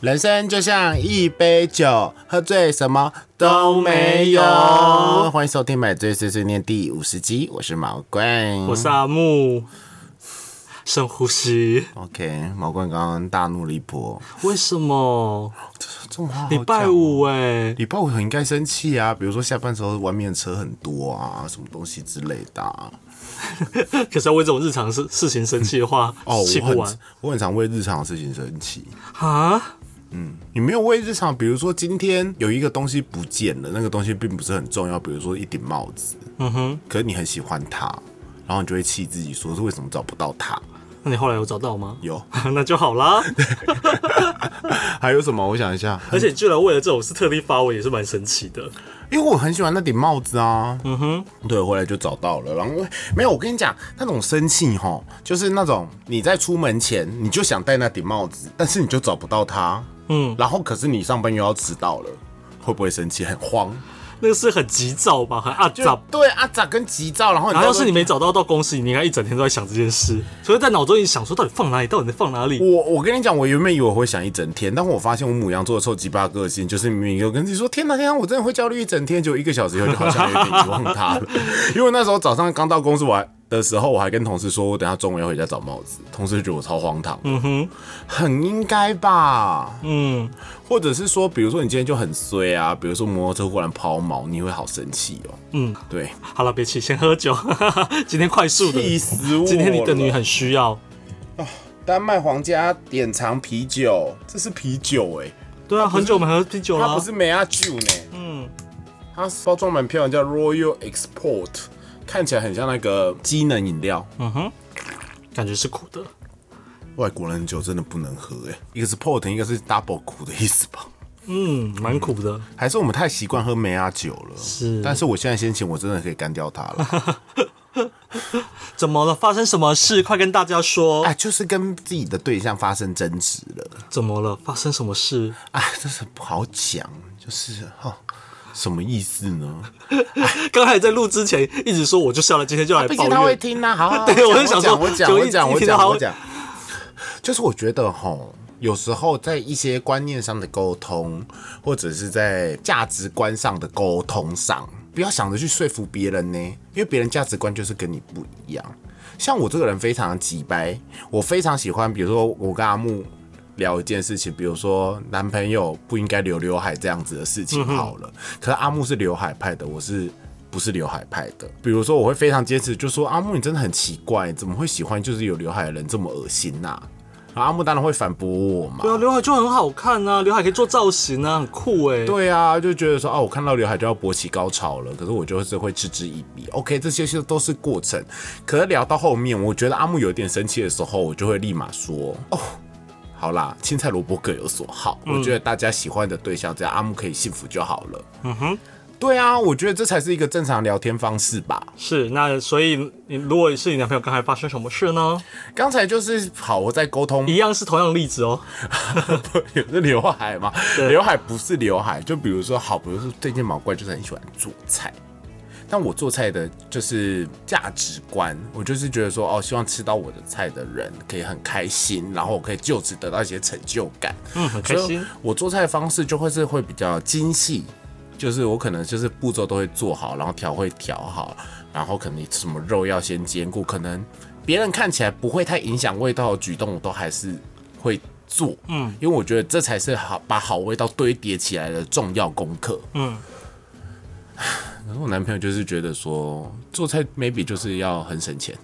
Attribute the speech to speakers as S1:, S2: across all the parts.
S1: 人生就像一杯酒，喝醉什么都没有。欢迎收听《买醉碎碎念》第五十集，我是啊毛怪，
S2: 我是阿木，深呼吸。
S1: OK。毛怪刚刚大怒了一波，
S2: 为什么
S1: 这种话好
S2: 礼拜
S1: 讲哦
S2: 五哎、
S1: 礼拜五很应该生气啊，比如说下班时候外面的车很多啊，什么东西之类的啊、
S2: 可是要为这种日常事事情生气的话，
S1: 哦，
S2: 气
S1: 我
S2: 不
S1: 很
S2: 完
S1: 我很常为日常的事情生气。
S2: 啊！
S1: 你没有为日常，比如说今天有一个东西不见了，那个东西并不是很重要，比如说一顶帽子，嗯哼，可是你很喜欢它，然后你就会气自己，说是为什么找不到它。
S2: 那你后来有找到吗？
S1: 有，
S2: 那就好啦。
S1: 还有什么？我想一下，
S2: 而且居然为了这种事特地发文，也是蛮神奇的。
S1: 因为我很喜欢那顶帽子啊，嗯哼，对，回来就找到了。然后没有，我跟你讲，那种生气吼，就是那种你在出门前你就想戴那顶帽子，但是你就找不到它，嗯，然后可是你上班又要迟到了，会不会生气？很慌，
S2: 那个是很急躁吧，很阿
S1: 就
S2: 杂。
S1: 对啊，咋跟急躁，然后你
S2: 然后要
S1: 到
S2: 是
S1: 时候
S2: 你没找到到公司，你应该一整天都在想这件事，所以在脑中一直想说到底放哪里，到底放哪里。
S1: 我我跟你讲，我原本以为我会想一整天，但我发现我母羊座的臭鸡巴个性，就是明明有跟自己说天哪天哪，我真的会焦虑一整天，结果一个小时以后就好像有点遗忘它了。 因为那时候早上刚到公司我还的时候，我还跟同事说我等下中午要回家找帽子，同事就觉得我超荒唐。嗯哼，很应该吧？
S2: 嗯，
S1: 或者是说，比如说你今天就很衰啊，比如说摩托车忽然抛锚，你会好生气哦。
S2: 嗯，
S1: 对，
S2: 好了，别气，先喝酒。 今天快速的，
S1: 气死我了！
S2: 今天你的女很需要。
S1: 丹麦皇家典藏啤酒，这是啤酒哎、
S2: 对啊，很久没喝啤酒
S1: 它
S2: 了
S1: 不。是梅亚酒呢，嗯，它包装蛮漂亮，叫 Royal Export，看起来很像那个机能饮料。
S2: 感觉是苦的。
S1: 外国人酒真的不能喝哎、一个是 port，一个是 double 苦的意思吧？
S2: 嗯，蛮苦的。
S1: 还是我们太习惯喝梅亚酒了？
S2: 是
S1: 但是我现在心情我真的可以干掉它了。
S2: 怎么了？发生什么事？快跟大家说！哎
S1: 哎，就是跟自己的对象发生争执了，
S2: 怎么了？发生什么事？
S1: 哎，真是不好讲，就是哈。什么意思呢？
S2: 刚才在录之前一直说我就是要来，今天就来
S1: 毕
S2: 抱
S1: 竟他会
S2: 怨。
S1: 听啊。好好，好
S2: 对我
S1: 我
S2: 就想说
S1: 讲我讲，
S2: 就
S1: 我
S2: 一
S1: 讲，
S2: 一
S1: 我
S2: 听到他
S1: 讲，
S2: 会
S1: 我讲。就是我觉得吼，有时候在一些观念上的沟通，或者是在价值观上的沟通上，不要想着去说服别人呢，因为别人价值观就是跟你不一样。像我这个人非常急掰，我非常喜欢，比如说我跟阿木聊一件事情，比如说男朋友不应该留刘海这样子的事
S2: 嗯
S1: 情好了。可是阿木是刘海派的，我是不是刘海派的？比如说我会非常坚持，就说阿木你真的很奇怪，怎么会喜欢就是有刘海的人这么恶心呐、啊然后阿木当然会反驳我嘛
S2: 对。啊，刘海就很好看啊，刘海可以做造型啊，很酷哎、
S1: 对啊，就觉得说哦，我看到刘海就要勃起高潮了，可是我就是会嗤之以鼻。OK，这些是都是过程。可是聊到后面，我觉得阿木有点生气的时候，我就会立马说哦。好啦，青菜萝卜各有所好。我觉得大家喜欢的对象，只要阿木可以幸福就好了。嗯哼，对啊，我觉得这才是一个正常聊天方式吧。
S2: 是那所以你如果是你男朋友刚才发生什么事呢？
S1: 刚才就是好，我在沟通
S2: 一样是同样的例子哦。
S1: 不也是刘海嘛？刘海不是刘海，就比如说，好，比如说最近毛怪就是很喜欢做菜，但我做菜的就是价值观，我就是觉得说，哦，希望吃到我的菜的人可以很开心，然后我可以就此得到一些成就感。
S2: 嗯，很开
S1: 所以
S2: 心。
S1: 我做菜的方式就会是会比较精细，就是我可能就是步骤都会做好，然后调会调好，然后可能什么肉要先兼顾，可能别人看起来不会太影响味道的举动，我都还是会做。嗯，因为我觉得这才是好把好味道堆叠起来的重要功课。
S2: 嗯。
S1: 然后我男朋友就是觉得说，做菜 maybe 就是要很省钱，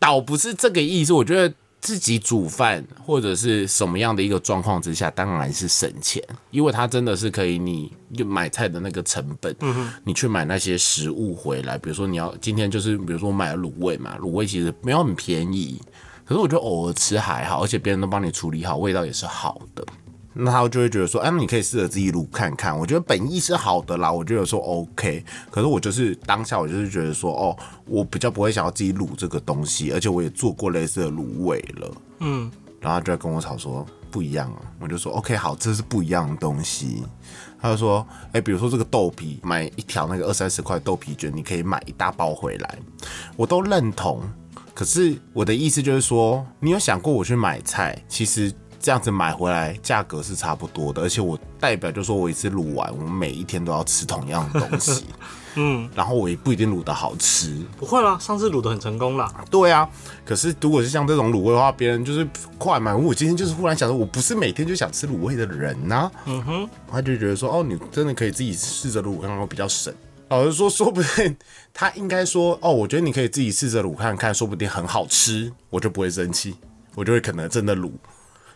S1: 倒不是这个意思。我觉得自己煮饭或者是什么样的一个状况之下，当然是省钱，因为它真的是可以你就买菜的那个成本，你去买那些食物回来，比如说你要今天就是比如说买了卤味嘛，卤味其实没有很便宜，可是我觉得偶尔吃还好，而且别人都帮你处理好，味道也是好的。那他就会觉得说，哎、那你可以试着自己录看看。我觉得本意是好的啦，我觉得说 OK。可是我就是当下，我就是觉得说，哦，我比较不会想要自己卤这个东西，而且我也做过类似的卤味了。嗯，然后他就在跟我吵说不一样啊，我就说 OK 好，这是不一样的东西。他就说，哎、比如说这个豆皮，买一条那个二三十块豆皮卷，你可以买一大包回来，我都认同。可是我的意思就是说，你有想过我去买菜，其实这样子买回来价格是差不多的，而且我代表就说我一次卤完，我每一天都要吃同样的东西，嗯，然后我也不一定卤的好吃，
S2: 不会啦，上次卤的很成功啦。
S1: 对啊，可是如果是像这种卤味的话，别人就是快买。我今天就是忽然想说，我不是每天就想吃卤味的人呐、嗯哼，他就觉得说，哦，你真的可以自己试着卤看看，会比较省。老实说，说不定他应该说，哦，我觉得你可以自己试着卤看看，说不定很好吃，我就不会生气，我就会可能真的卤。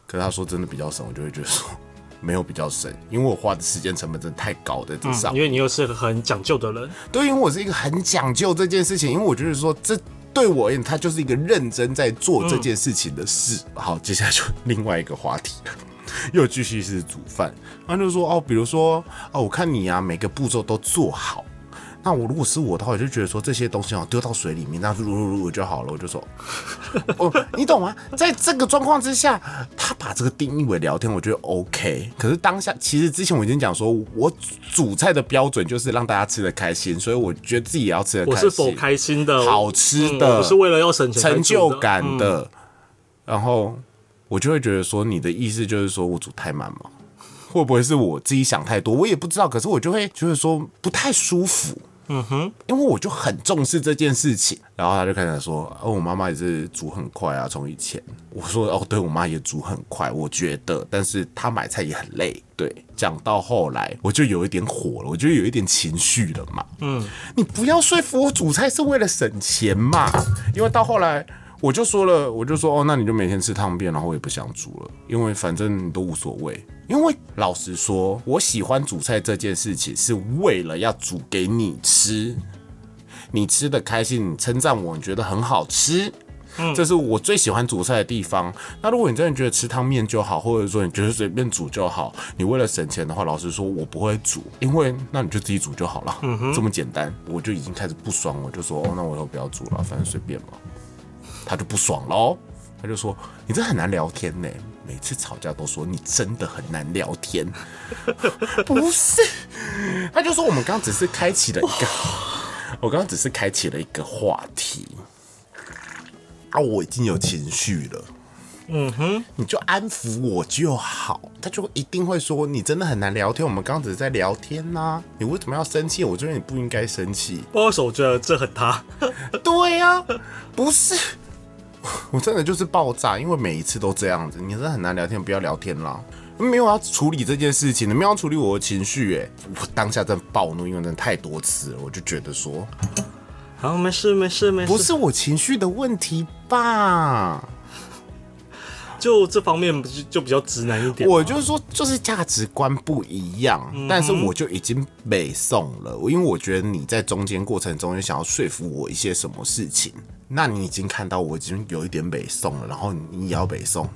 S1: 可是他说真的比较省，我就会觉得说 没有比较省，因为我花的时间成本真的太高在这上面
S2: 因为你又是个很讲究的人，
S1: 对，因为我是一个很讲究这件事情，因为我觉得说这对我而言，它就是一个认真在做这件事情的事。好，接下来就另外一个话题了。 又继续是煮饭，他就说哦，比如说哦，我看你啊，每个步骤都做好。那我如果是我的话，我就觉得说这些东西哦，丢到水里面，那就卤卤卤就好了。我就说， 哦，你懂吗？在这个状况之下，他把这个定义为聊天，我觉得 OK。可是当下，其实之前我已经讲说，我煮菜的标准就是让大家吃的开心，所以我觉得自己也要吃的
S2: 我
S1: 开心，
S2: 是否开心的？
S1: 好吃
S2: 嗯
S1: 的，
S2: 我不是为了要省钱才
S1: 成就
S2: 煮的
S1: 感的。然后我就会觉得说，你的意思就是说我煮太慢吗？会不会是我自己想太多？我也不知道。可是我就会觉得说不太舒服。嗯哼，因为我就很重视这件事情。然后他就开始说：“哦，我妈妈也是煮很快啊，从以前。”我说：“哦，对我妈也煮很快，我觉得，但是她买菜也很累。”对，讲到后来我就有一点火了，我就有一点情绪了嘛。嗯，你不要说服我煮菜是为了省钱嘛，因为到后来。我就说了，我就说哦，那你就每天吃汤面，然后我也不想煮了，因为反正你都无所谓。因为老实说，我喜欢煮菜这件事情是为了要煮给你吃，你吃的开心，你称赞我，你觉得很好吃。这是我最喜欢煮菜的地方。那如果你真的觉得吃汤面就好，或者说你觉得随便煮就好，你为了省钱的话，老实说，我不会煮，因为那你就自己煮就好了，这么简单。我就已经开始不爽，我就说哦，那我以后不要煮了，反正随便嘛。他就不爽喽，他就说你这很难聊天呢、每次吵架都说你真的很难聊天， 不是？ 他就说我们刚刚只是开启了一个，我刚刚只是开启了一个话题，啊，我已经有情绪了。嗯哼，你就安抚我就好，他就一定会说你真的很难聊天。我们刚刚只是在聊天呐、你为什么要生气？我觉得你不应该生气。
S2: 不好意思，我觉得这很他。
S1: 对呀、不是， 我真的就是爆炸，因为每一次都这样子，你真的很难聊天，不要聊天啦。没有要处理这件事情，你没有要处理我的情绪，哎，我当下真的暴怒，因为真的太多次了，我就觉得说，
S2: 好，没事没事没事，
S1: 不是我情绪的问题吧？
S2: 就这方面就就比较直男一点嘛。
S1: 我就是说，就是价值观不一样，但是我就已经北宋了，因为我觉得你在中间过程中，你想要说服我一些什么事情，那你已经看到我已经有一点北宋了，然后你也要北宋。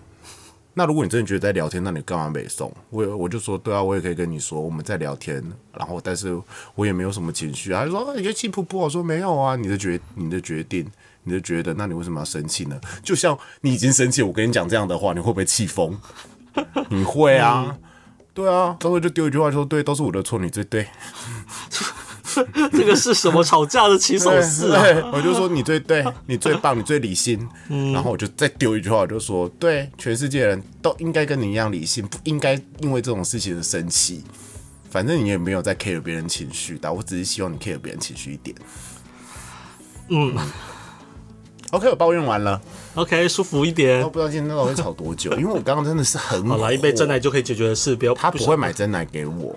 S1: 那如果你真的觉得在聊天，那你干嘛北宋？我也我就说，对啊，我也可以跟你说我们在聊天，然后但是我也没有什么情绪啊。他就说啊你就气噗噗，我说没有啊，你的决你的决定，你的觉得，那你为什么要生气呢？就像你已经生气，我跟你讲这样的话，你会不会气疯？你会啊，对啊，到时候就丢一句话说，对，都是我的错，你最 对，
S2: 这个是什么吵架的起手式啊？
S1: 对， 我就说你最对，你最棒，你最理性，然后我就再丢一句话，我就说，对，全世界人都应该跟你一样理性，不应该因为这种事情而生气。反正你也没有在 care 别人情绪的，我只是希望你 care 别人情绪一点。
S2: 嗯
S1: OK，我抱怨完了，
S2: ，OK，舒服一点
S1: 我。不知道今天到底会吵多 久，因为我刚刚真的是很
S2: 好
S1: 火
S2: 了，一杯真奶就可以解决的事，不要
S1: 他不会，买真奶给我，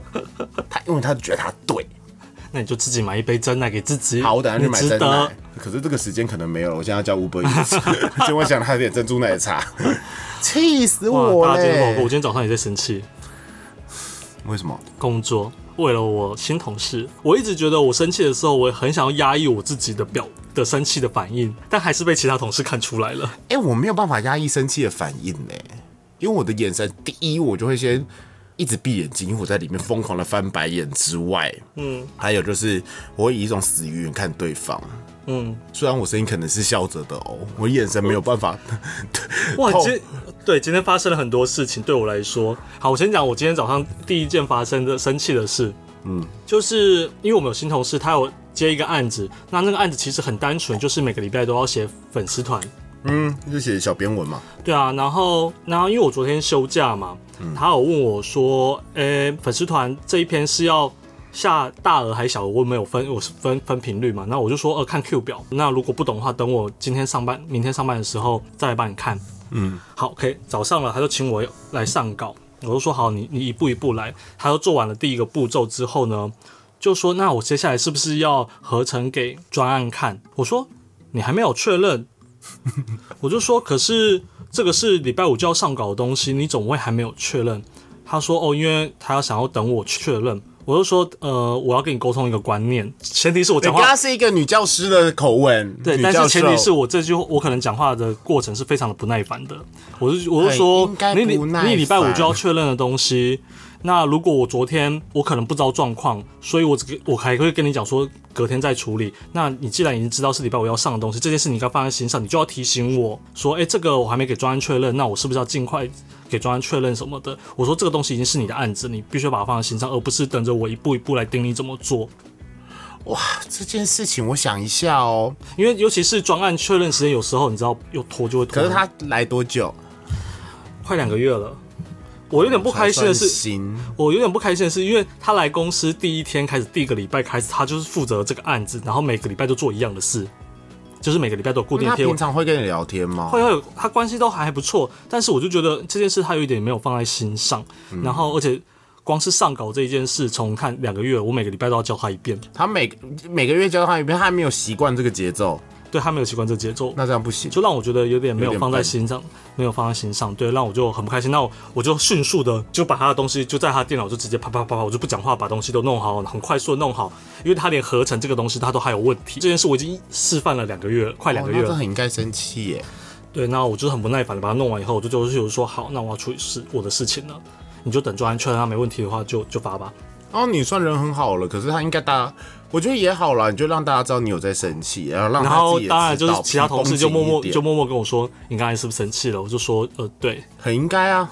S1: 他因为他觉得他对，
S2: 想那你就自己买一杯真奶给自己。
S1: 好，我等下去买
S2: 你值
S1: 珍奶
S2: 得。。
S1: 可是这个时间可能没有了，我现在要叫 Uber Eats，结果 想他点珍珠奶茶， 气死
S2: 哇，
S1: 我
S2: 大家今天好过，我
S1: 嘞！
S2: 今天早上也在生气。
S1: 为什么？
S2: 工作，为了我新同事，我一直觉得我生气的时候，我很想要压抑我自己的表的生气的反应，但还是被其他同事看出来了。
S1: 哎、我没有办法压抑生气的反应呢，因为我的眼神，第一我就会先一直闭眼睛，因为我在里面疯狂的翻白眼之外，嗯，还有就是我会以一种死鱼眼看对方。
S2: 嗯，
S1: 虽然我声音可能是笑着的哦，我眼神没有办法
S2: 哇，
S1: 痛
S2: 今对今天发生了很多事情，对我来说，好，我先讲我今天早上第一件发生的生气的事，嗯，就是因为我们有新同事，他有接一个案子，那那个案子其实很单纯，就是每个礼拜都要写粉丝团，
S1: 嗯，就写小编文嘛，
S2: 对啊，然后，然后因为我昨天休假嘛，他有问我说，诶、粉丝团这一篇是要下大额还是小额？我没有分，我是分分频率嘛。那我就说，呃，看 Q 表。那如果不懂的话，等我今天上班，明天上班的时候再来帮你看。嗯，好，OK，早上了，他就请我来上稿，我就说好，你你一步一步来。他就做完了第一个步骤之后呢，就说那我接下来是不是要合成给专案看？我说你还没有确认，我就说，可是这个是礼拜五就要上稿的东西，你总会还没有确认。他说，哦，因为他要想要等我确认。我就说，呃，我要跟你沟通一个观念，前提是我
S1: 你
S2: 讲
S1: 刚
S2: 话
S1: 刚是一个女教师的口吻，
S2: 对，
S1: 女
S2: 但
S1: 教
S2: 是前
S1: 授
S2: 提是我这句我可能讲话的过程是非常的不耐烦的。我就我就说
S1: 哎很应，该
S2: 你礼
S1: 不耐烦
S2: 你礼拜五就要确认的东西，那如果我昨天我可能不知道状况，所以我只给我还会跟你讲说隔天再处理。那你既然已经知道是礼拜五要上的东西，这件事你应该放在心上，你就要提醒我说，哎、这个我还没给专案确认，那我是不是要尽快？给专案确认什么的，我说这个东西已经是你的案子，你必须要把它放在心上，而不是等着我一步一步来盯你怎么做。
S1: 哇，这件事情我想一下哦，
S2: 因为尤其是专案确认时间，有时候你知道又拖就会拖。
S1: 可是他来多久？
S2: 快两个月了。我有点不开心的
S1: 还算
S2: 是，
S1: 行
S2: 我有点不开心的是，因为他来公司第一天开始，第一个礼拜开始，他就是负责这个案子，然后每个礼拜都做一样的事，就是每个礼拜都有固定
S1: 那他
S2: 贴文
S1: 平。常会跟你聊天吗？
S2: 会会啊有他关系都还不错，但是我就觉得这件事他有一点没有放在心上，
S1: 嗯
S2: 然后而且光是上稿这一件事，从看两个月，我每个礼拜都要教他一遍，
S1: 他每每个月交换一遍，他还没有习惯这个节奏，
S2: 对他没有习惯这节奏，
S1: 那这样不行。
S2: 就让我觉得有点没有
S1: 有点
S2: 放在
S1: 笨
S2: 心上，没有放在心上，对，让我就很不开心。那我我就迅速的就把他的东西就在他电脑就直接啪啪啪啪，我就不讲话，把东西都弄好，很快速的弄好，因为他连合成这个东西他都还有问题。这件事我已经示范了两个月了，快两个
S1: 哦
S2: 月
S1: 那这
S2: 了。
S1: 很应该生气耶。
S2: 对，那我就是很不耐烦的把它弄完以后，我就就是说好，那我要处理事我的事情了，你就等专案确认他没问题的话就就发吧。
S1: 哦，你算人很好了，可是他应该大家，我觉得也好啦，你就让大家知道你有在生气，然后让
S2: 然
S1: 他自
S2: 后
S1: 己也知道
S2: 当然就是其他同事就默默
S1: 绷紧一点
S2: 就默默跟我说，你刚才是不是生气了？我就说呃对，
S1: 很应该 啊，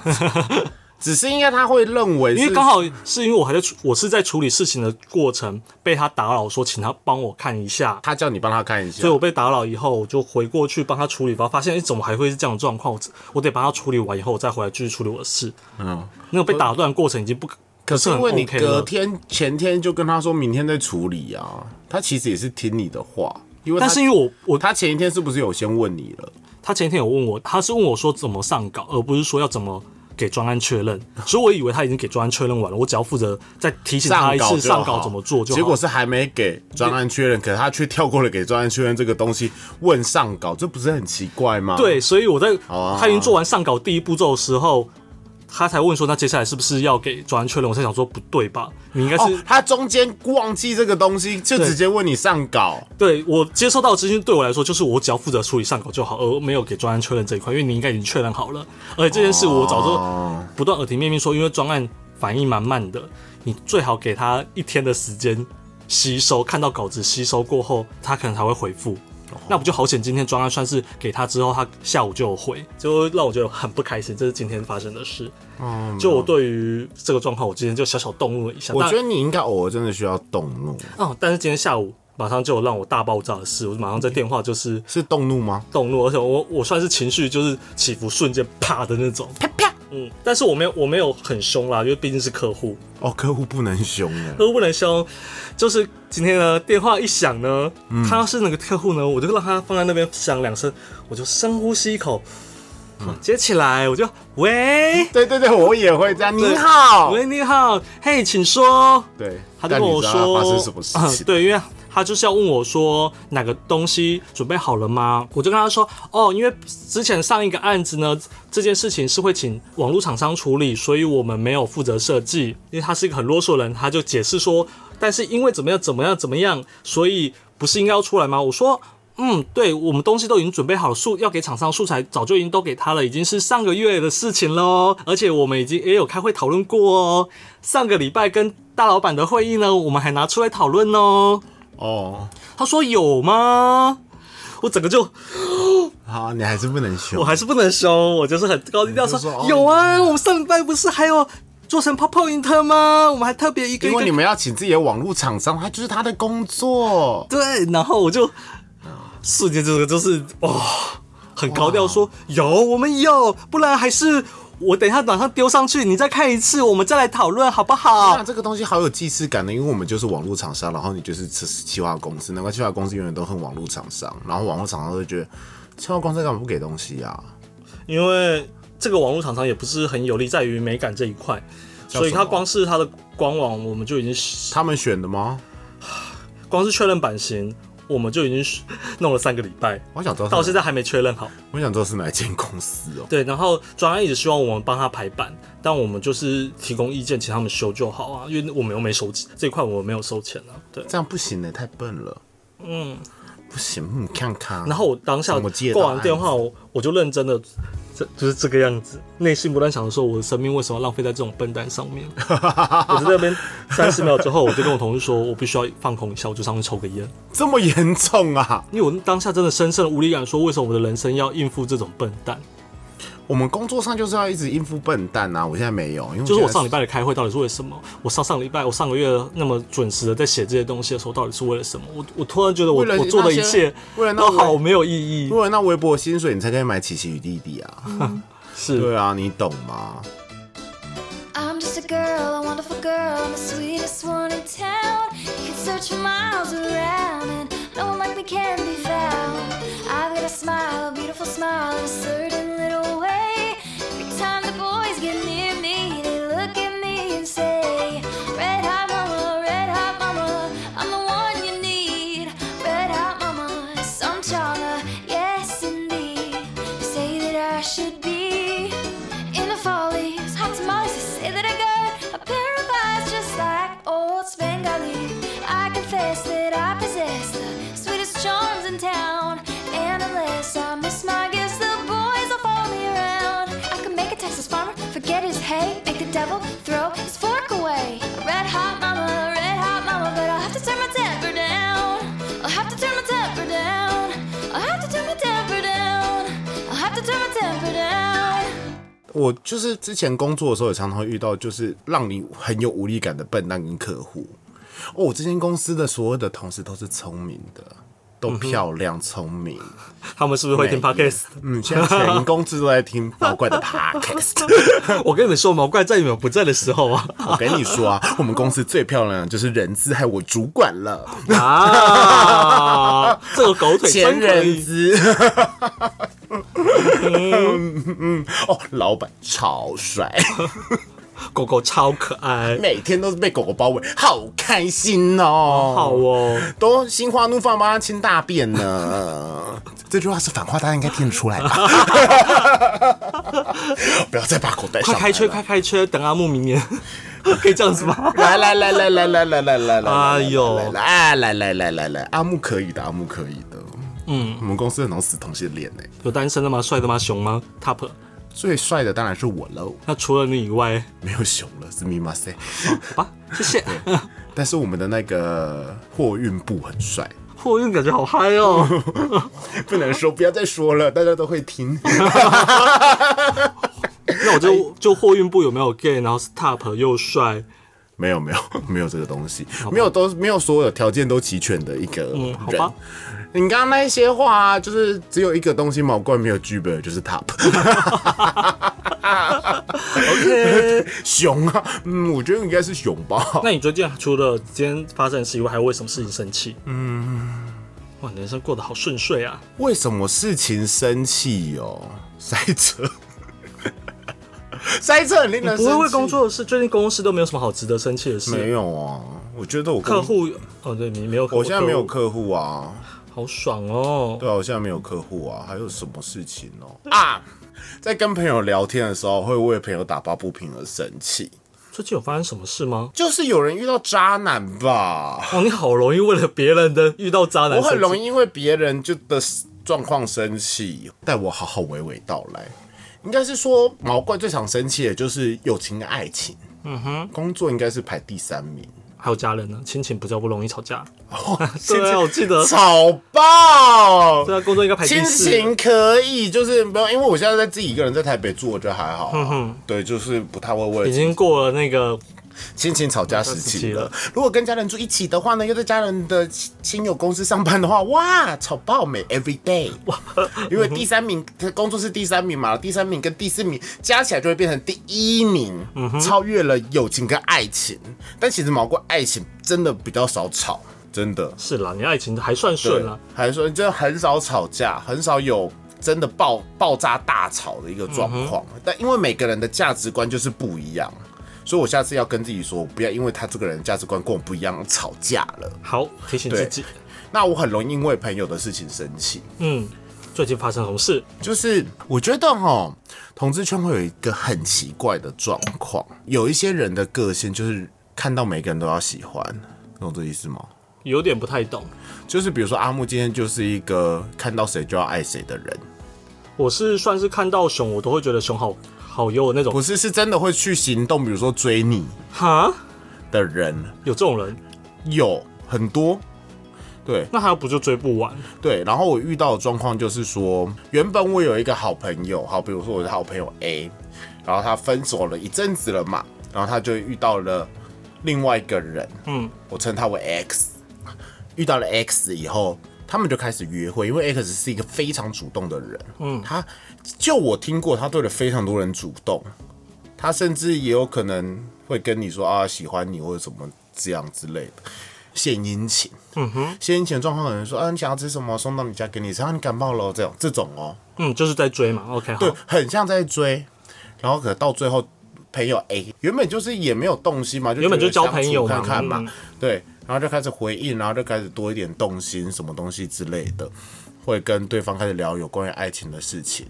S1: 只是应该他会认为是，
S2: 因为刚好是因为我还在处，我是在处理事情的过程被他打扰，说请他帮我看一下，
S1: 他叫你帮他看一下
S2: 所以，我被打扰以后，我就回过去帮他处理，然后发现哎、诶怎么还会是这样的状况？我我得帮他处理完以后，我再回来继续处理我的事。
S1: 嗯，
S2: 那个被打断的过程已经不可
S1: 可
S2: 是
S1: 是
S2: 很
S1: 因为你
S2: OK 啊
S1: 隔
S2: 了，
S1: 天前天就跟他说明天再处理啊，他其实也是听你的话，因为他
S2: 但是因为我我
S1: 他前一天是不是有先问你了？
S2: 他前一天有问我，他是问我说怎么上稿，而不是说要怎么。给专案确认，所以我以为他已经给专案确认完了，我只要负责再提醒他一
S1: 稿
S2: 次
S1: 就好
S2: 上稿怎么做就好。
S1: 结果是还没给专案确认，可是他却跳过了给专案确认这个东西，问上稿，这不是很奇怪吗？，
S2: 对，所以我在
S1: 哦
S2: 他已经做完上稿第一步骤的时候，他才问说，那接下来是不是要给专案确认？我才想说不对吧，你应该是、
S1: 哦，他中间忘记这个东西，就
S2: 对
S1: 直接问你上稿。
S2: 对我接收到的资讯，对我来说就是我只要负责处理上稿就好，而没有给专案确认这一块，因为你应该已经确认好了。而且这件事我早就不断耳提面命说，因为专案反应蛮慢的，你最好给他一天的时间吸收，看到稿子吸收过后，他可能才会回复。
S1: 哦
S2: 那不就好险？今天专案算是给他之后，他下午就有回，就让我觉得很不开心。这是今天发生的事。
S1: 嗯，
S2: 就我对于这个状况，我今天就小小动怒了一下。
S1: 我
S2: 但
S1: 觉得你应该偶尔真的需要动怒，
S2: 哦，但是今天下午马上就有让我大爆炸的事，我马上在电话就是
S1: 是动怒吗？
S2: 动怒，而且我我算是情绪就是起伏瞬间啪的那种，啪啪。嗯，但是我没有我没有很凶啦，因为毕竟是客户，
S1: 哦，客户不能凶的，
S2: 客户不能凶。就是今天呢，电话一响呢，看到是哪个客户呢，我就让他放在那边响两声，我就深呼吸一口，接起来，我就喂
S1: 对对对，我也会这样。你好，
S2: 喂，你好，嘿，请说。
S1: 对，
S2: 他就
S1: 但
S2: 跟
S1: 你
S2: 我
S1: 知道
S2: 说
S1: 发生什么事情？
S2: 嗯对，因为他就是要问我说哪个东西准备好了吗？我就跟他说哦，因为之前上一个案子呢，这件事情是会请网络厂商处理，所以我们没有负责设计。因为他是一个很啰嗦的人，他就解释说，但是因为怎么样怎么样怎么样，所以不是应该要出来吗？我说。嗯，对，我们东西都已经准备好了，素要给厂商素材早就已经都给他了，已经是上个月的事情喽。而且我们已经也有开会讨论过哦。上个礼拜跟大老板的会议呢，我们还拿出来讨论哦。
S1: 哦，
S2: 他说有吗？我整个就
S1: 好，你还是不能凶
S2: 我。还是不能凶，我就是很高低调说
S1: 你就说哦
S2: 有啊，我们上礼拜不是还有。做成 PowerPoint 吗？我们还特别一个一
S1: 因
S2: 个
S1: 为你们要请自己的网络厂商，他就是他的工作。
S2: 对，然后我就瞬间这个就是哇、很高调说有我们有，不然还是我等一下马上丢上去，你再看一次，我们再来讨论好不好
S1: 哦那？这个东西好有既视感的，因为我们就是网络厂商，然后你就是企企划公司，难怪企划公司永远都恨网络厂商，然后网络厂商都觉得企划公司干嘛不给东西啊？
S2: 因为这个网络厂商也不是很有利在于美感这一块，
S1: 叫
S2: 所以
S1: 什
S2: 它
S1: 么
S2: 光是它的官网我们就已经
S1: 他们选的吗？
S2: 光是确认版型。我们就已经弄了三个礼拜，
S1: 我想知道
S2: 到
S1: 是
S2: 现
S1: 哪，
S2: 在还没确认好。
S1: 我想知道是哪一间公司哦。
S2: 对，然后专案一直希望我们帮他排版，但我们就是提供意见，请他们修就好啊，因为我们又没收钱这一块，我们没有收钱啊。对，
S1: 这样不行的，太笨了。嗯，不行，嗯，看看。
S2: 然后我当下
S1: 怎么接到
S2: 挂完
S1: 案
S2: 电话，我我就认真的，这就是这个样子，内心不断想着说，我的生命为什么要浪费在这种笨蛋上 面？我在那边三十秒之后，我就跟我同事说，我必须要放空一下，我就上去抽个烟，
S1: 这么严重啊！
S2: 因为我当下真的深深的无力感，说为什么我的人生要应付这种笨蛋？
S1: 我们工作上就是要一直应付笨蛋啊！我现在没有，因为
S2: 就是我
S1: 现在
S2: 上礼拜的开会到底是为什么？我上上礼拜，我上个月那么准时的在写这些东西的时候，到底是为了什么？我我突然觉得我
S1: 为了
S2: 我做的
S1: 那
S2: 一
S1: 些
S2: 切
S1: 为了那
S2: 都
S1: 微
S2: 好没有意义
S1: 为。了那微薄的薪水，你才可以买琪琪与弟弟啊！
S2: 是，
S1: 对啊，你懂吗？
S3: I'm just a girl, a wonderful girl, I'm the sweetest one in town. You can search for miles around, and no one like me can be found. I've got a smile, a beautiful smile, in a certain little way. Every time the boys get near me, they look at me and say, Red hot mama, red hot mama, I'm the one you need. Red hot mama, some charmer, yes indeed. They say that I should be in the follies, hot tamales. They say that I got a pair of eyes just like old Svengali. I confess that I possess the sweetest charms in town. And unless I miss my guess, the boys will follow me around. I could make a Texas farmer forget his hay, make the devil throw his fork away. Red hot mama, red hot mama, but I'll have to turn my temper down. I'll have to turn my temper down. I'll have to turn my temper down. I'll have to turn my temper down.
S1: 我就是之前工作的时候，也常常会遇到就是让你很有无力感的笨蛋跟客户。哦，我这间公司的所有的同事都是聪明的，都漂亮、聪明。
S2: 他们是不是会听
S1: 美
S2: podcast？
S1: 嗯，现在全公司都在听毛怪的 podcast。
S2: 我跟你们说，毛怪在你们不在的时候啊，
S1: 我跟你说啊，我们公司最漂亮的就是人资，还有我主管了，
S2: 啊，这个狗腿
S1: 前
S2: 真可
S1: 人
S2: 以。
S1: 资。嗯嗯哦，老板超帅，
S2: 狗狗超可爱，
S1: 每天都是被狗狗包围，好开心哦！
S2: 好哦。
S1: 都心花怒放帮他清大便呢。这句话是反话，大家应该听得出来吧？不要再把口袋
S2: 快
S1: 上
S2: 开缺，
S1: 来了
S2: 快开缺！等阿木明年 可以这样子吗？
S1: 来来来来来来来来来来！
S2: 哎呦
S1: 来来来来来来来，阿木可以的，阿木可以的。嗯，我们公司很多死同性恋呢。
S2: 有单身的吗？帅的吗？熊吗？Top。
S1: 最帅的当然是我喽，
S2: 那除了你以外，
S1: 没有熊了，是密码塞。
S2: 好吧，谢 谢。
S1: 但是我们的那个货运部很帅，
S2: 货运感觉好嗨哦！
S1: 不能说，不要再说了，大家都会听。
S2: 那我就就货运部有没有 gay，然后是 top 又帅，
S1: 没有没有没有这个东西，没有都没有所有条件都齐全的一个人。
S2: 嗯好吧
S1: 你刚刚那一些话、啊，就是只有一个东西毛怪没有具备，就是 top。OK，熊 啊，嗯，我觉得应该是熊吧。
S2: 那你最近啊除了今天发生的事以外，还有为什么事情生气？嗯，哇，你人生过得好顺遂啊！
S1: 为什么事情生气哦？塞车， 塞车很令人
S2: 不会
S1: 生
S2: 为
S1: 气
S2: 工作的事，最近公司都没有什么好值得生气的
S1: 没
S2: 事。
S1: 有啊？我觉得我
S2: 客
S1: 客，
S2: 户哦，对你没有客户，
S1: 我现在没有
S2: 客
S1: 客户啊。
S2: 户，好爽哦！
S1: 对啊，我现在没有客户啊，还有什么事情哦、啊？在跟朋友聊天的时候，会为朋友打抱不平而生气，
S2: 最近有发生什么事吗？
S1: 就是有人遇到渣男吧，
S2: 哦，你好容易为了别人的遇到渣男，
S1: 我很容易。因为别人就的状况生气，但我好好娓娓道来。应该是说毛怪最常生气的就是友情跟爱情，嗯哼，工作应该是排第三名，
S2: 还有家人呢，亲情比较不容易吵架。
S1: 哦亲
S2: 对啊，我记得
S1: 吵爆，
S2: 对啊，工作应该排第
S1: 亲
S2: 四。
S1: 情可以，就是没有，因为我现在在自己一个人在台北住，我觉得还好、啊。对，就是不太会为
S2: 嗯已
S1: 了
S2: 经过了那个
S1: 亲情吵架时期了。如果跟家人住一起的话呢，又在家人的亲友公司上班的话，哇，吵爆美 every day。因为第三名工作是第三名嘛，第三名跟第四名加起来就会变成第一名，
S2: 嗯
S1: 超越了友情跟爱情。但其实毛过爱情真的比较少吵，真的。
S2: 是啦，你爱情还算
S1: 对
S2: 顺啦。啊
S1: 还说就很少吵架，很少有真的爆爆炸大吵的一个状况。但因为每个人的价值观就是不一样，所以我下次要跟自己说，不要因为他这个人价值观跟我不一样吵架了。
S2: 好，提醒自
S1: 对
S2: 己。
S1: 那我很容易因为朋友的事情生气，
S2: 嗯，最近发生什么事？
S1: 就是我觉得哈，同志圈会有一个很奇怪的状况，有一些人的个性就是看到每个人都要喜欢，懂这意思吗？
S2: 有点不太懂。
S1: 就是比如说阿木今天就是一个看到谁就要爱谁的人，
S2: 我是算是看到熊，我都会觉得熊好好优的那种
S1: 不。是，是真的会去行动，比如说追你
S2: 哈，
S1: 的人
S2: 有这种人，
S1: 有很多。对
S2: 那他不就追不完？
S1: 对，然后我遇到的状况就是说，原本我有一个好朋友，好，比如说我的好朋友 A，然后他分手了一阵子了嘛，然后他就遇到了另外一个人，
S2: 嗯，
S1: 我称他为 X。遇到了 X 以后，他们就开始约会，因为 X 是一个非常主动的人。嗯，他就我听过，他对了非常多人主动，他甚至也有可能会跟你说啊喜欢你或者什么这样之类的。献殷勤，嗯哼，献殷勤的状况，有人说啊，你想要吃什么，送到你家给你吃，啊，你感冒了，这种这种哦，
S2: 嗯，就是在追嘛。OK，好
S1: 对，，很像在追，然后可能到最后，朋友 A 原本就是也没有动心嘛，就
S2: 原本
S1: 觉得
S2: 就交
S1: 相处
S2: 朋友嘛
S1: 看看嘛，
S2: 嗯
S1: 对，然后就开始回应，然后就开始多一点动心，什么东西之类的，会跟对方开始聊有关于爱情的事情，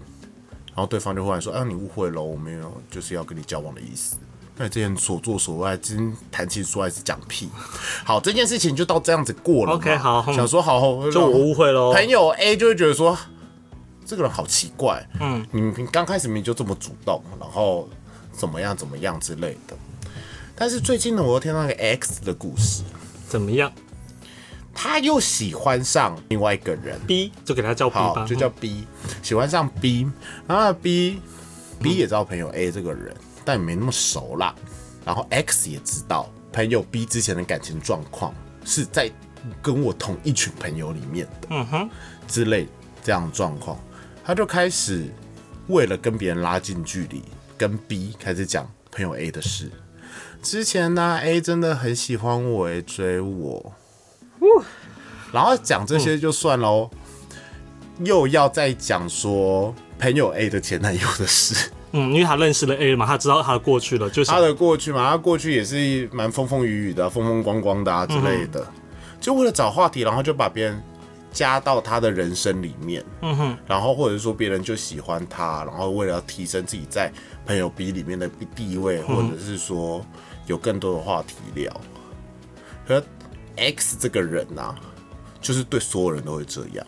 S1: 然后对方就忽然说：“啊，你误会了，我没有就是要跟你交往的意思。”那你之前所作所为，今天谈情说爱是讲屁。好，这件事情就到这样子过了嘛。
S2: OK，好嗯
S1: 想说好，
S2: 就我误会喽。
S1: 啊朋友 A 就会觉得说，这个人好奇怪，嗯，你你刚开始明明就这么主动，然后怎么样怎么样之类的。但是最近呢，我又听到一个 X 的故事，
S2: 怎么样
S1: 他又喜欢上另外一个人，
S2: ？B 就给他叫 B
S1: 好
S2: 吧，，
S1: 就叫
S2: 嗯
S1: B，喜欢上 B，然后 B
S2: 嗯
S1: B 也知道朋友 A 这个人，但也没那么熟啦。然后 X 也知道朋友 B 之前的感情状况是在跟我同一群朋友里面的，嗯哼，之类这样的状况，他就开始为了跟别人拉近距离，跟 B 开始讲朋友 A 的事。之前呢、a 真的很喜欢我、欸，追我，然后讲这
S2: 嗯
S1: 些就算喽，又要再讲说朋友 A 的前男友的 事，
S2: 嗯，因为他认识了 A 嘛，他知道他的过去了，就是
S1: 他的过去嘛，他过去也是蛮风风雨雨的、风风光光的啊之类的，就为了找话题，然后就把别人加到他的人生里面，嗯哼，然后或者说别人就喜欢他，然后为了要提升自己在朋友 B 里面的地位，或者是说有更多的话题聊，可 X 这个人啊，就是对所有人都会这样，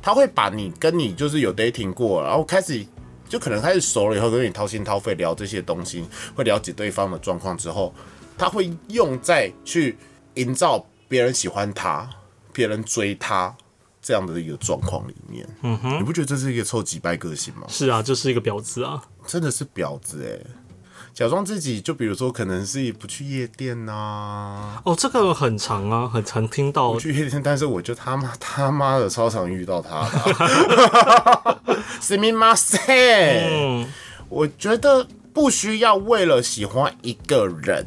S1: 他会把你跟你就是有 dating 过，然后开始就可能开始熟了以后，跟你掏心掏肺聊这些东西，会了解对方的状况之后，他会用在去营造别人喜欢他、别人追他这样的一个状况里面。嗯哼，你不觉得这是一个臭几败个性吗？
S2: 是啊，就是一个婊子啊。
S1: 真的是婊子哎、假装自己就比如说可能是不去夜店啊呐、
S2: 哦，这个很长啊，很常听到
S1: 我。去夜店，但是我就他妈他妈的超常遇到他的， 死命马塞。
S2: 嗯，
S1: 我觉得不需要为了喜欢一个人，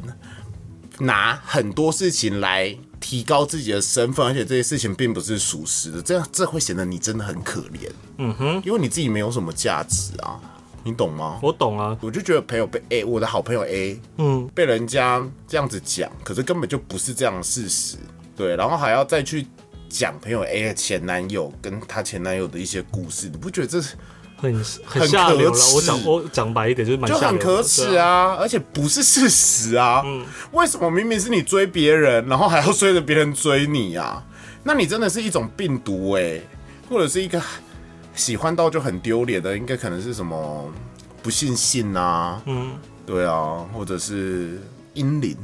S1: 拿很多事情来提高自己的身份，而且这些事情并不是属实的，这样这会显得你真的很可怜。嗯哼，因为你自己没有什么价值啊，你懂吗？
S2: 我懂啊。
S1: 我就觉得朋友被 A，我的好朋友 A，
S2: 嗯，
S1: 被人家这样子讲，可是根本就不是这样的事实，对，然后还要再去讲朋友 A 的前男友跟她前男友的一些故事，你不觉得这是
S2: 很很下流
S1: 可
S2: 了。
S1: 耻
S2: 我讲我讲白一点，就是蛮
S1: 就
S2: 下
S1: 很
S2: 流的
S1: 可耻
S2: 对啊。
S1: 啊，
S2: 嗯
S1: 而且不是事实啊。为什么明明是你追别人，然后还要 追着别人追你啊？那你真的是一种病毒哎、或者是一个喜欢到就很丢脸的，应该可能是什么 不信性啊，嗯，对啊，或者是阴灵，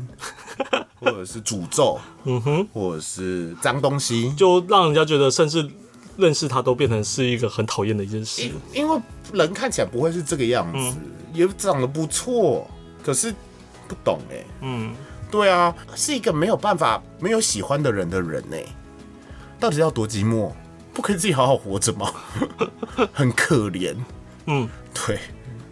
S1: 或者是诅咒，嗯哼，或者是脏东西，
S2: 就让人家觉得甚至认识他都变成是一个很讨厌的一件事。
S1: 因为人看起来不会是这个样子，也长得不错，可是不懂哎、嗯，对啊，是一个没有办法没有喜欢的人的人哎、到底要多寂寞？不可以自己好好活着吗？ 很可怜，
S2: 嗯，
S1: 对，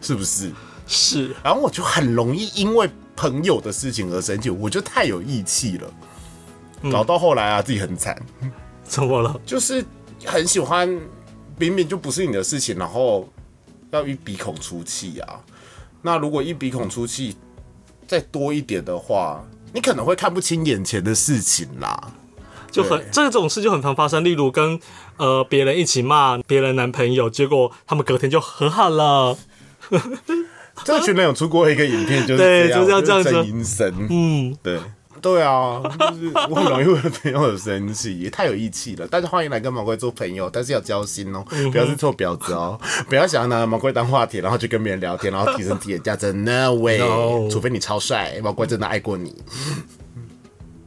S1: 是不是？
S2: 是，
S1: 然后我就很容易因为朋友的事情而生气，我就太有义气了，搞到后来啊自己很惨，
S2: 怎么了？
S1: 就是很喜欢明明就不是你的事情，然后要一鼻孔出气啊。那如果一鼻孔出气再多一点的话，你可能会看不清眼前的事情啦。
S2: 就很这种事就很常发生，例如跟呃别人一起骂别人男朋友，结果他们隔天就和好了。
S1: 这群人有出过一个影片，就是
S2: 对
S1: 样，
S2: 就是要
S1: 这
S2: 这样子
S1: 阴森，
S2: 嗯，
S1: 对。对啊，就是我很容易为了朋友而生气，也太有义气了。大家欢迎来跟毛怪做朋友，但是要交心哦，
S2: 嗯
S1: 不要是臭婊子哦，不要想要拿毛怪当话题，然后去跟别人聊天，然后提升自己的价 值。No way，
S2: No
S1: 除非你超帅，毛怪真的爱过你，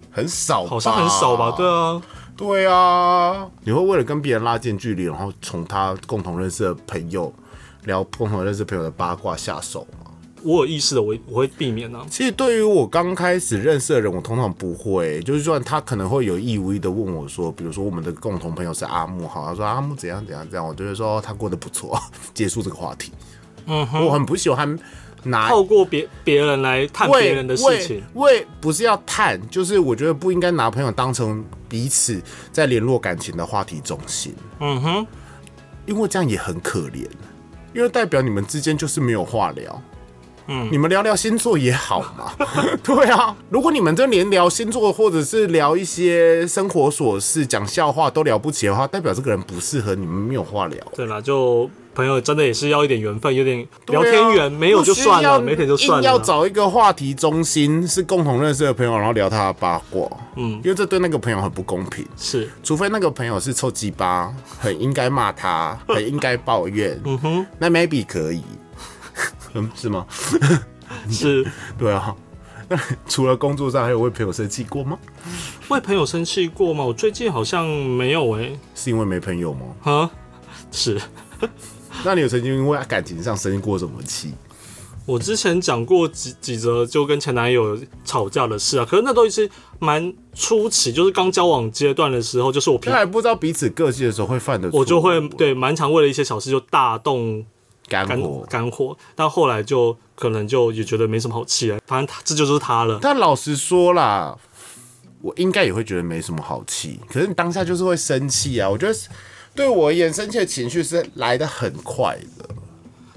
S1: 很少，
S2: 好像很少吧？对，啊，
S1: 对啊，你会为了跟别人拉近距离，然后从他共同认识的朋友聊共同认识朋友的八卦下手吗？
S2: 我有意识的，我我会避免啊。
S1: 其实对于我刚开始认识的人，我通常不会，就是说他可能会有意无意的问我说，比如说我们的共同朋友是阿木，好，他说阿木怎样怎样怎样，我就会说哦他过得不错， 结束这个话题。嗯哼，我很不喜欢拿
S2: 透过别别人来探别人的事情，
S1: 为为不是要探，就是我觉得不应该拿朋友当成彼此在联络感情的话题中心。
S2: 嗯哼，
S1: 因为这样也很可怜，因为代表你们之间就是没有话聊。嗯，你们聊聊星座也好嘛，
S2: 嗯
S1: 对啊。如果你们这连聊星座或者是聊一些生活琐事、讲笑话都聊不起的话，代表这个人不适合你们，没有话聊。
S2: 对啦，就朋友真的也是要一点缘分，有点
S1: 对
S2: 聊
S1: 啊
S2: 天缘，没有就
S1: 不
S2: 算了，
S1: 需要
S2: 没点就算
S1: 硬要
S2: 了。
S1: 找一个话题中心是共同认识的朋友，然后聊他的八卦。嗯，因为这对那个朋友很不公平。
S2: 是，
S1: 除非那个朋友是臭鸡巴，很应该骂他，很应该抱怨。嗯哼，那 maybe 可以， 嗯，是吗？
S2: 是
S1: 对啊。 那除了工作上，还有为朋友生气过吗？
S2: 为朋友生气过吗？我最近好像没有诶、
S1: 是因为没朋友吗？
S2: 哈，是
S1: 那你有曾经因为感情上生过什么气？
S2: 我之前讲过几几则就跟前男友吵架的事啊，可是那都是蛮初期，就是刚交往阶段的时候，就是我脾
S1: 在还不知道彼此个性的时候会犯的错误，
S2: 我就会对蛮常为了一些小事就大动
S1: 干
S2: 肝
S1: 火。
S2: 肝火，但后来就可能就也觉得没什么好气了，啊反正他这就是他了。
S1: 但老实说啦，我应该也会觉得没什么好气，可是你当下就是会生气啊。我觉得对我而言，生气的情绪是来的很快的。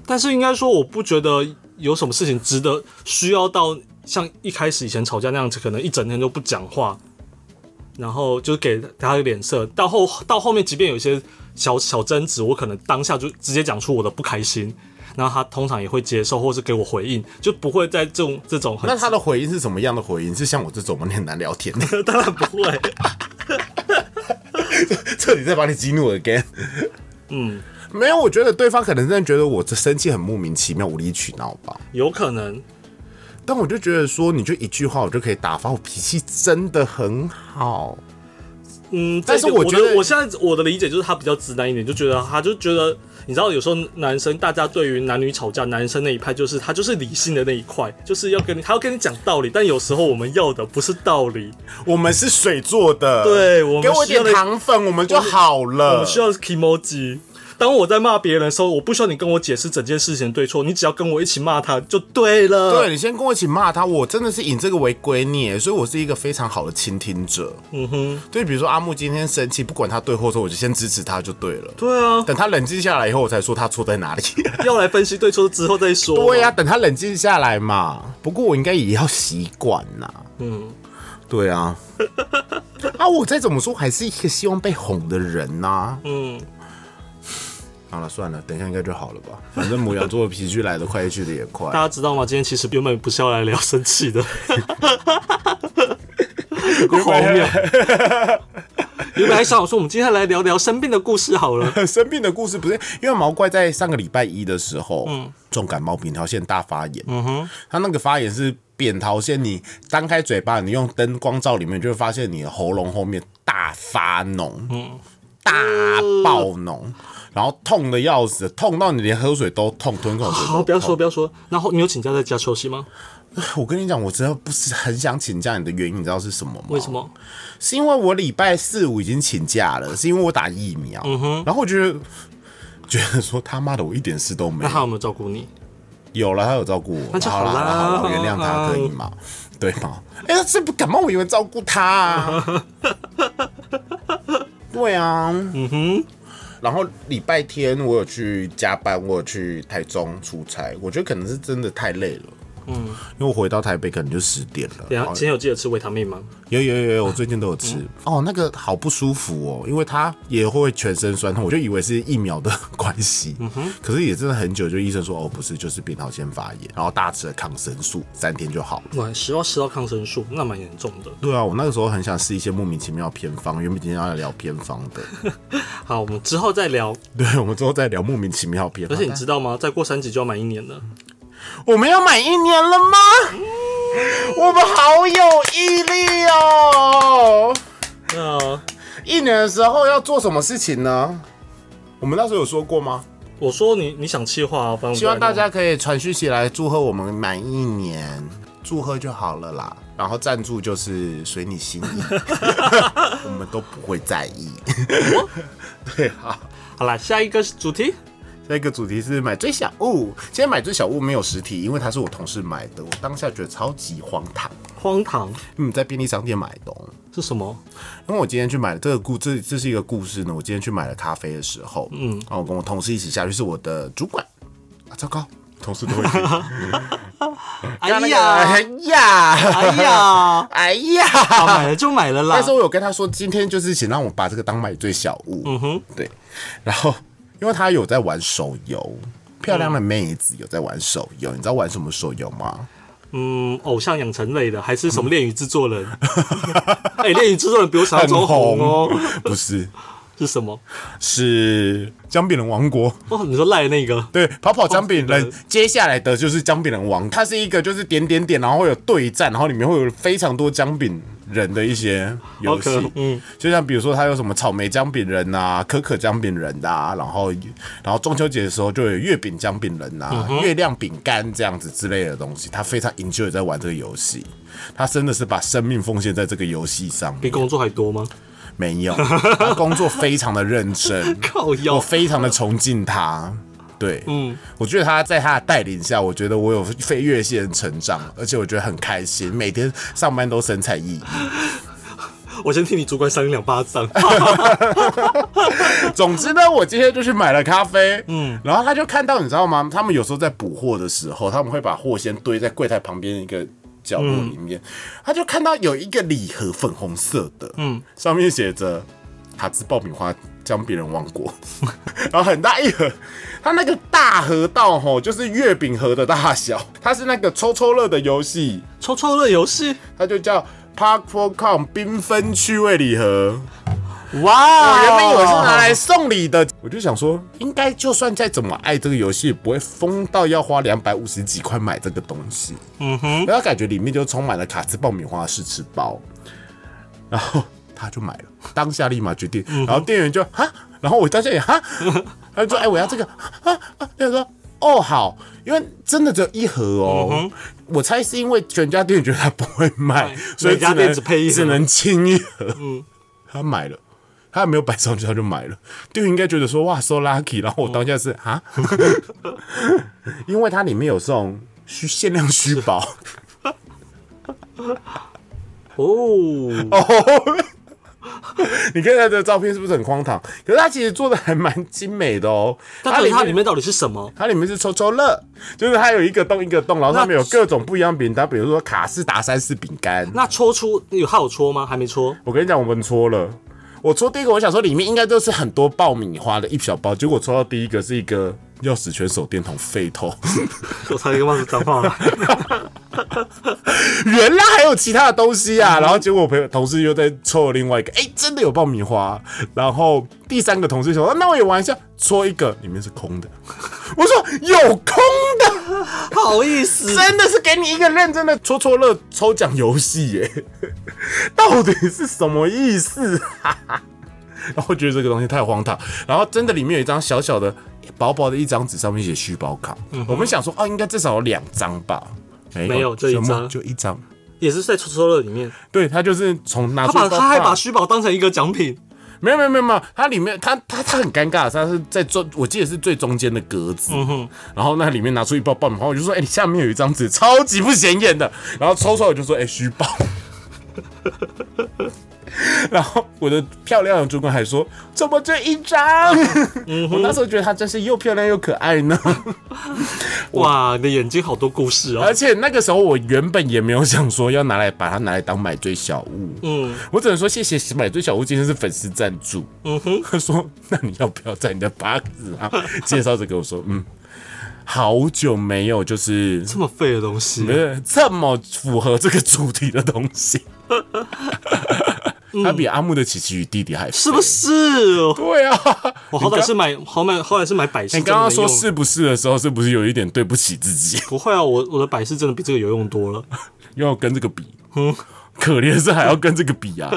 S2: 但是应该说，我不觉得有什么事情值得需要到像一开始以前吵架那样子，可能一整天都不讲话，然后就给他一个脸色。到后到后面，即便有一些小小争执，我可能当下就直接讲出我的不开心，然后他通常也会接受，或是给我回应，就不会在这种这种很
S1: 那他的回应是什么样的回应？是像我这种吗？你很难聊天，
S2: 当然不会，
S1: 这里再把你激怒 again。
S2: 嗯，
S1: 没有，我觉得对方可能真的觉得我这生气很莫名其妙、无理取闹吧。
S2: 有可能
S1: 但我就觉得说，你就一句话，我就可以打发我脾气，真的很好。
S2: 嗯，
S1: 但是
S2: 这个
S1: 我
S2: 我
S1: 觉得
S2: 我现在我的理解就是他比较直男一点，就觉得他就觉得，你知道有时候男生大家对于男女吵架，男生那一派就是他就是理性的那一块，就是要跟你他要跟你讲道理，但有时候我们要的不是道理，
S1: 我们是水做的，
S2: 对我们
S1: 给我一
S2: 需
S1: 点
S2: 要的
S1: 糖粉，我们就好了。
S2: 我们需要 emoji。当我在骂别人的时候，我不需要你跟我解释整件事情的对错，你只要跟我一起骂他就对了。
S1: 对，你先跟我一起骂他，我真的是以这个为圭臬，所以我是一个非常好的倾听者。嗯哼，对，比如说阿木今天生气，不管他对或错，我就先支持他就对了。
S2: 对 啊，
S1: 等他冷静下来以后，我才说他错在哪里。
S2: 要来分析对错之后再说。
S1: 对啊呀、等他冷静下来嘛。不过我应该也要习惯呐。嗯，对啊。啊，我再怎么说还是一个希望被哄的人呐、
S2: 嗯，
S1: 好了，算了，等一下应该就好了吧。反正母羊座的脾气来得快，去得也 快
S2: 大。家知道吗？今天其实原本不是要来聊生气 的，荒谬。 原本还想说，我们今天来聊聊生病的故事好了。
S1: 生病的故事不是因为毛怪
S2: 嗯
S1: 在上个礼拜一的时候，重感冒，扁桃腺大发炎。嗯哼，他那个发炎是扁桃腺，你张开嘴巴，你用灯光照里面，就会发现你的喉咙后面大发脓，嗯，大爆脓，然后痛的要死，痛到你连喝水都痛，吞口水。
S2: 好，不要说，不要说。然后你有请假在家休息吗？
S1: 我跟你讲，我真的不是很想请假，你的原因你知道是什么吗？
S2: 为什？么？
S1: 是因为我礼拜四五已经请假了，是因为我打疫苗，
S2: 嗯
S1: 然后我觉得觉得说他妈的我一点事都没
S2: 那
S1: 有
S2: 他，有没有照顾你？
S1: 有了，他有照顾我，
S2: 那就
S1: 好
S2: 好啦
S1: 啦好啦，我原谅他可以吗？对吗？哎、他这不感冒，我以为照顾他、啊。 对啊，嗯哼。然后礼拜天我有去加班，我有去台中出差，我觉得可能是真的太累了。嗯，因为我回到台北可能就十点了。
S2: 等一
S1: 然
S2: 下
S1: 后
S2: 今天有记得吃维他命吗？
S1: 有有有有，我最近都有吃、
S2: 嗯
S1: 哦，那个好不舒服哦，因为它也会全身酸痛，我就以为是疫苗的关系，
S2: 嗯
S1: 可是也真的很久，就医生说哦不是，就是扁桃腺发炎，然后大吃了抗生素，三天就好了。
S2: 哇，十到吃到抗生素，那蛮严重的。
S1: 对啊，我那个时候很想试一些莫名其妙的偏方，原本今天要聊偏方 的，
S2: 好，我们之后再聊。
S1: 对，我们之后再聊莫名其妙的偏
S2: 而
S1: 方。
S2: 且你知道吗？再过三集就要满一年了。
S1: 我们要满一年了吗？
S2: 嗯
S1: 我们好有毅力哦！
S2: 那
S1: 一年的时候要做什么事情呢？我们那时候有说过吗？
S2: 我说你你想气话、啊，反正我们
S1: 希望
S2: 再
S1: 大
S2: 来弄
S1: 家可以传讯息来祝贺我们满一年，祝贺就好了啦。然后赞助就是随你心意，我们都不会在意。对啊，
S2: 好啦，下一个主题。
S1: 下一个主题是买最小物。今天买最小物没有实体，因为它是我同事买的，我当下觉得超级荒唐。
S2: 荒唐
S1: 嗯，在便利商店买的哦、
S2: 是什么？
S1: 因为我今天去买了这个故，这这是一个故事呢。我今天去买了咖啡的时候，嗯，然后我跟我同事一起下去，是我的主管啊，糟糕，同事都会去。
S2: 哎
S1: 那那个
S2: 呀，
S1: 哎呀，
S2: 哎呀，
S1: 哎呀，
S2: 啊买了就买了啦
S1: 但是。我有跟他说，今天就是请让我把这个当买最小物。嗯哼，对。然后，因为他有在玩手游，漂亮的妹子有在玩手游，你知道玩什么手游吗？
S2: 嗯，偶像养成类的，还是什 么恋与制作人？哎，恋与制作人比我想象
S1: 很
S2: 中红哦。
S1: 不是，
S2: 是什么？
S1: 是姜饼人王国。
S2: 哦，你说赖的那个？
S1: 对，跑跑姜饼人，接下来的就是姜饼人王，它是一个就是点点点，然后会有对战，然后里面会有非常多姜饼人的一些游戏
S2: OK，嗯，
S1: 就像比如说它有什么草莓姜饼人啊、可可姜饼人啊，然后然后中秋节的时候就有月饼姜饼人啊、月亮饼干这样子之类的东西，他非常 enjoy 在玩这个游戏，他真的是把生命奉献在这个游戏上
S2: 比
S1: 面，
S2: 工作还多吗？
S1: 没有，他工作非常的认真，
S2: 靠
S1: 我
S2: 腰，
S1: 非常的崇敬他。对，嗯，我觉得他在他的带领下，我觉得我有飞跃性的成长，而且我觉得很开心，每天上班都神采奕奕。
S2: 我先替你主管扇你两巴 掌。
S1: 总之呢，我今天就去买了咖啡，嗯，然后他就看到，你知道吗？他们有时候在补货的时候，他们会把货先堆在柜台旁边一个。角落里面，他就看到有一个礼盒，粉红色的，嗯，上面写着“塔兹爆米花将别人忘过”， 然后很大一盒，它那个大盒到吼，就是月饼盒的大小，它是那个抽抽乐的游戏，
S2: 抽抽乐游戏，
S1: 它就叫 Park for Com 缤纷趣味礼盒。
S2: 哇！哦
S1: 我哦原本以为是拿来送礼的，我就想说，应该就算再怎么爱这个游戏，也不会疯到要花两百五十几块买这个东西。嗯哼，然后感觉里面就充满了卡兹爆米花试吃包，然后他就买了， 当下立马决定，然后店员就哈，然后我当下也哈，他就说，哎，我要这个，啊啊，店员说。哦，好，因为真的只有一盒哦，
S2: 嗯
S1: 我猜是因为全家店觉得他不会卖
S2: 哎，
S1: 所以
S2: 每家
S1: 能
S2: 店只配一盒
S1: 只能清一盒。他买了，他还没有摆上去，他就买了。店员应该觉得说哇，so lucky。然后我当下是啊， 因为它里面有这种虚限量虚宝，
S2: 哦，
S1: 你看它的照片是不是很荒唐？可是它其实做的还蛮精美的哦。
S2: 但是它里面到底是什么？
S1: 它里面是抽抽乐，就是它有一个洞一个洞，然后上面有
S2: 那
S1: 各种不一样饼干，比如说卡士达三式饼干。
S2: 那抽出有还有戳吗？还没戳。
S1: 我跟你讲，我们搓了。我搓第一个，我想说里面应该都是很多爆米花的一小包，结果抽到第一个是一个钥匙圈手电筒废头。
S2: 我差点忘记脏话了。
S1: 原来还有其他的东西啊！然后结果我朋友同事又在抽了另外一个，哎、真的有爆米花。啊然后第 三个同事说，啊那我也玩一下，搓一个，里面是空的。我说有空的，
S2: 好意思，
S1: 真的是给你一个认真的戳戳乐抽奖游戏耶， 到底是什么意思 啊？然后觉得这个东西太荒唐，然后真的里面有一张小小的、哎薄薄的一张纸，上面写虚报卡。我们想说，哦，应该至少有两张吧，
S2: 嗯没有这一
S1: 全部
S2: 张
S1: 就一张。
S2: 也是在抽抽乐里面，
S1: 对他就是从拿
S2: 他
S1: 出
S2: 把
S1: 包
S2: 他还
S1: 包
S2: 把虚宝当成一个奖品，
S1: 没有没有没有没有，它里面它它它很尴尬，它是在中，我记得是最中间的格子，
S2: 嗯
S1: 然后那里面拿出一包爆米花，我就说，哎、你下面有一张纸，超级不显眼的，然后抽出来我就说，哎、虚报。 然后我的漂亮的主管还说，怎么就一张？
S2: 嗯
S1: 我那时候觉得她真是又漂亮又可爱呢。
S2: 哇，你的眼睛好多故事
S1: 而
S2: 哦，
S1: 且那个时候我原本也没有想说要拿来把它拿来当买醉小物，嗯，我只能说谢谢买醉小物今天是粉丝赞助，嗯哼，他说那你要不要在你的 box 啊介绍这个？我说嗯，好久没有就是
S2: 这么废的东西
S1: 不，是这么符合这个主题的东西，它比阿木的奇奇与弟弟还
S2: 是不
S1: 是？
S2: 是？
S1: 对啊，
S2: 我好歹是买，好买，好歹是买百事。
S1: 你刚刚
S2: 真的
S1: 说
S2: 没用
S1: 是不是的时候，是不是有一点对不起自己？
S2: 不会啊？我我的百事真的比这个有用多了。嗯
S1: 要跟这个比，可怜是还要跟这个比啊。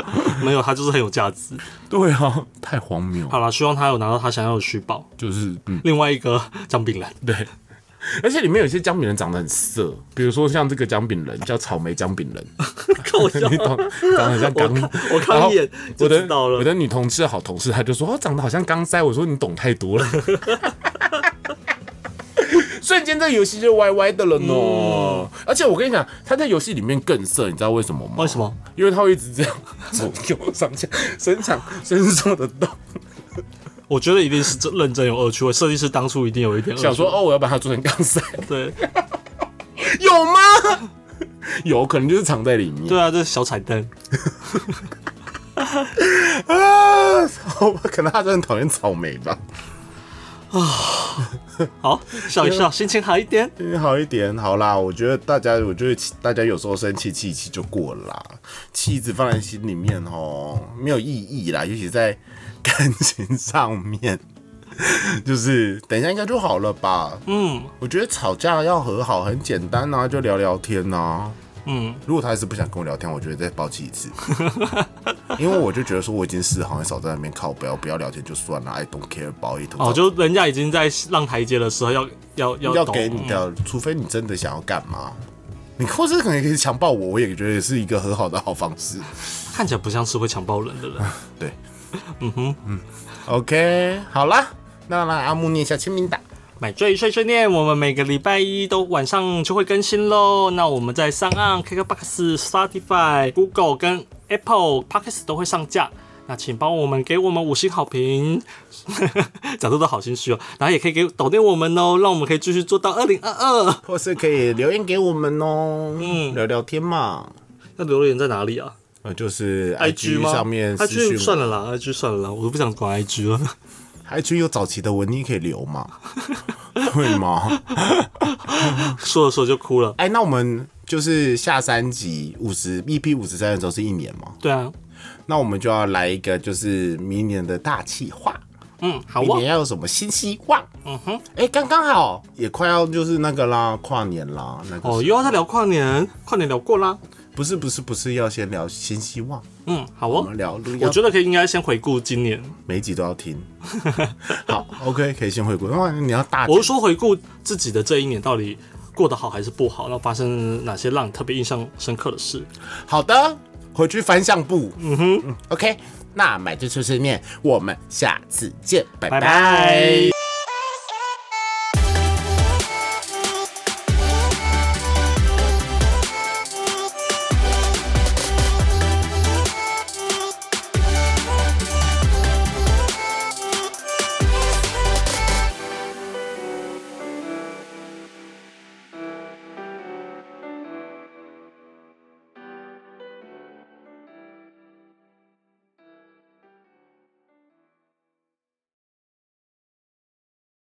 S2: 没有，它就是很有价值。
S1: 对啊，太荒谬了，
S2: 好啦，希望他有拿到他想要的虚报。
S1: 就是嗯，
S2: 另外一个姜饼人，
S1: 对。而且里面有些姜饼人长得很色，比如说像这个姜饼人叫草莓姜饼人，
S2: 靠腰
S1: 你懂，长得很像钢。
S2: 我看我看一眼
S1: 我
S2: 就
S1: 的
S2: 知道
S1: 我
S2: 了。
S1: 的女同事好同事，她就说哦，长得好像钢塞。我说你懂太多 了，瞬间这个游戏就歪歪的了呢。
S2: 嗯
S1: 而且我跟你讲，他在游戏里面更色，你知道为什么吗？
S2: 为什么？
S1: 因为他会一直这样左右上下伸长伸缩的动。
S2: 我觉得一定是真认真有恶趣味，设计师当初一定有一点恶趣
S1: 想
S2: 味
S1: 说哦，我要把它做成钢塞，
S2: 对
S1: 有吗？ 有可能就是藏在里面
S2: 对啊，这是小彩蛋。
S1: 啊。 好吧，可能他真的很讨厌草莓吧。
S2: 好，笑一
S1: 啊
S2: 笑，心情好一点。
S1: 嗯好一点，好啦，我觉得大家，我觉得气大家有时候生气气一气就过了啦，气一直放在心里面哦，没有意义啦，尤其在感情上面，就是等一下应该就好了吧。
S2: 嗯
S1: 我觉得吵架要和好很简单啊，就聊聊天呐、啊。
S2: 嗯，
S1: 如果他还是不想跟我聊天，我觉得再抱气一 次，因为我就觉得说我已经是好像少在那边靠不要不要聊天就算了，I don't care about it。
S2: 哦，就人家已经在让台阶的时候，要要要
S1: 要
S2: 懂嗯
S1: 给你的，除非你真的想要干嘛，你或是可能也可以强暴我，我也觉得是一个很好的好方式。
S2: 嗯看起来不像是会强暴人的人。
S1: 对，嗯哼，嗯，OK，好啦，那让阿木念一下签名档。
S2: 买醉碎碎念，我们每个礼拜一都晚上就会更新喽。那我们在上岸、KKBox、Spotify、Google 跟 Apple Podcast 都会上架。那请帮我们给我们五星好评， 讲的都好心虚哦。然后也可以给抖电我们哦，让我们可以继续做到二零二二。
S1: 或是可以留言给我们哦，
S2: 嗯
S1: 聊聊天嘛，
S2: 那留言在哪里啊
S1: 呃，就是
S2: ？IG 吗
S1: 上面私讯
S2: ？IG 算了啦，IG 算了啦，我都不想管 IG 了。
S1: ，IG 有早期的文，你也可以留嘛， 对吗？
S2: 说着说着就哭了。
S1: 哎，那我们就是下三集五十 EP 五十三的时候是一年嘛，
S2: 对啊，
S1: 那我们就要来一个就是明年的大气化。
S2: 嗯，好
S1: 明
S2: 哇
S1: 年，要有什么新希望？嗯哼，哎、刚刚好也快要就是那个啦，跨年啦，那个时
S2: 哦，
S1: 候
S2: 又要再聊跨年，跨年聊过啦。
S1: 不是不是不是要先聊新希望，
S2: 嗯，好
S1: 我
S2: 哦
S1: 们。聊，
S2: 我觉
S1: 得
S2: 得可以应该先回顾今年。
S1: 每一集都要听。 好，OK，可以先回顾。那你要大，
S2: 我是说回顾自己的这一年到底过得好还是不好，然后发生哪些让你特别印象深刻的事。
S1: 好的，回去翻相簿。嗯哼，OK，那买醉碎碎念，我们下次见，拜
S2: 拜
S1: 拜
S2: 拜